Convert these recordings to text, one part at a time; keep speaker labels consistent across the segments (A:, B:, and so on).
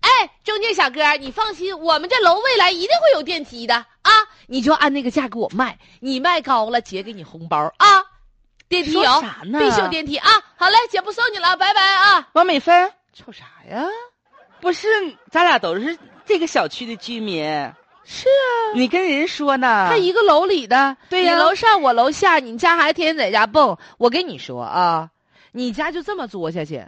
A: 哎中介小哥，你放心，我们这楼未来一定会有电梯的啊！你就按那个价给我卖，你卖高了，姐给你红包啊！电梯
B: 说
A: 有
B: 啥，呢
A: 必须有电梯啊！好嘞，姐不收你了，拜拜啊！
B: 王美芬，
A: 瞅啥呀？
B: 不是咱俩都是这个小区的居民，
A: 是啊，
B: 你跟人说呢？
A: 他一个楼里的，
B: 对呀
A: 你楼上我楼下，你家孩子天天在家蹦。我跟你说啊，你家就这么作下去，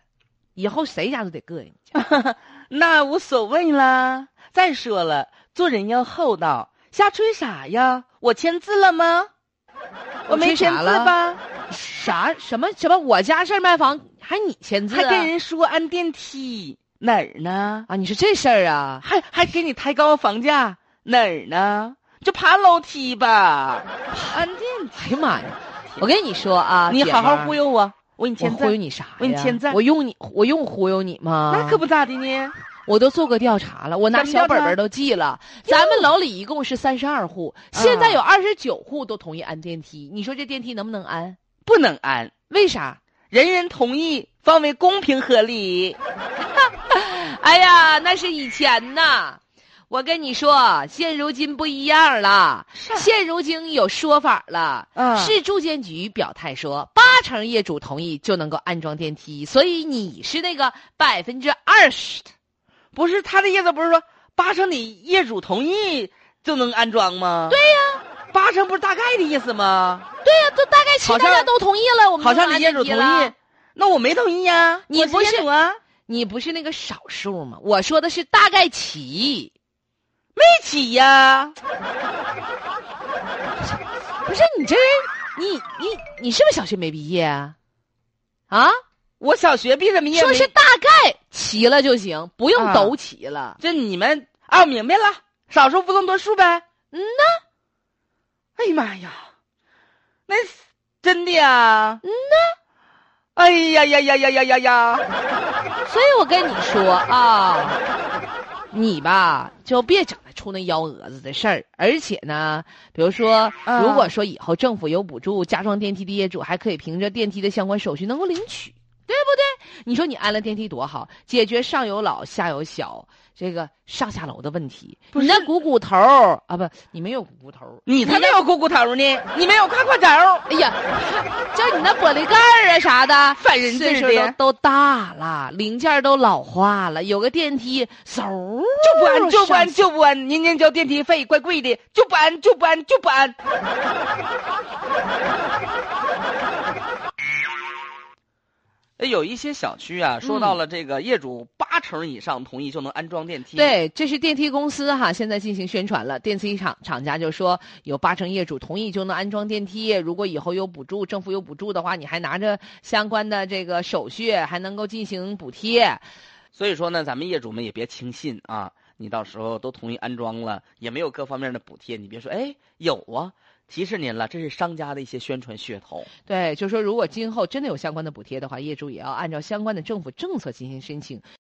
A: 以后谁家都得膈应。
B: 那无所谓啦。再说了，做人要厚道，瞎吹啥呀？我签字了吗？我没
A: 吹啥
B: 签字
A: 了
B: 吧？
A: 啥什么什么？我家事儿卖房还你签字、啊？
B: 还跟人说按电梯哪儿呢？
A: 啊？你说这事儿啊？
B: 还还给你抬高房价哪儿呢？就爬楼梯吧，按电
A: 哎呀妈呀！我跟你说啊，
B: 梯。你
A: 姐
B: 好
A: 们
B: 好
A: 儿
B: 忽，悠我，我给你
A: 我
B: 签字
A: 忽悠。你啥呀？
B: 我给你签字
A: 我用你，我用忽悠你吗？
B: 那可不咋的呢，
A: 我都做过调查了，我拿
B: 怎么
A: 小本
B: 调查
A: 本都记了。咱们楼里一共是三十二户，现
B: 嗯
A: 在有二十九户都同意安电梯。你说这电梯能不能安？
B: 不能按，
A: 为啥？
B: 人人同意方为公平合理。
A: 哎呀，那是以前呐。我跟你说，现如今不一样了，
B: 是
A: 现如今有说法了。
B: 嗯
A: 市住建局表态说，八成业主同意就能够安装电梯，所以你是那个百分之二十的。
B: 不是他的意思，不是说八成你业主同意就能安装吗？对呀、八成不是大概的意思吗？
A: 对哎呀、都大概其
B: 好像
A: 大家都同意了，我们
B: 好
A: 就
B: 像
A: 能
B: 你业
A: 安
B: 主
A: 电
B: 同
A: 梯了
B: 意，那我没同意呀、
A: 你
B: 我
A: 不是
B: 业主啊？
A: 你不是那个少数吗？我说的是大概齐，
B: 没起呀、
A: 不是你这人，你你你是不是小学没毕业啊？啊，
B: 我小学毕什么业没？
A: 说是大概齐了就行，不用
B: 啊
A: 都齐了。
B: 这你们啊，我明白了，少数服从多数呗。
A: 嗯
B: 呐。哎呀妈呀，那真的呀。嗯呐。哎呀呀呀呀呀呀呀！
A: 所以我跟你说啊，你吧就别整那出那幺蛾子的事儿。而且呢，比如说，
B: 啊
A: 如果说以后政府有补助，加装电梯的业主还可以凭着电梯的相关手续能够领取，对不对？你说你安了电梯多好，解决上有老下有小这个上下楼的问题。
B: 不
A: 你
B: 是
A: 那股骨头儿啊，不，你没有股骨头儿，
B: 你才没有股骨头呢，你没有胯胯轴，
A: 哎呀，就你那玻璃盖儿啊啥的，
B: 烦人
A: 岁
B: 似
A: 数
B: 的，
A: 都都大了，零件都老化了，有个电梯，嗖
B: 就不安就不安
A: 上
B: 就不安，年年交电梯费，怪贵的，就不安就不安就不安。哎有一些小区啊，说到了这个业主八成以上同意就能安装电梯。
A: 对，这是电梯公司哈，现在进行宣传了。电梯厂厂家就说，有八成业主同意就能安装电梯。如果以后有补助，政府有补助的话，你还拿着相关的这个手续，还能够进行补贴。
B: 所以说呢，咱们业主们也别轻信啊！你到时候都同意安装了，也没有各方面的补贴，你别说哎有啊，提示您了，这是商家的一些宣传噱头。
A: 对，就说如果今后真的有相关的补贴的话，业主也要按照相关的政府政策进行申请。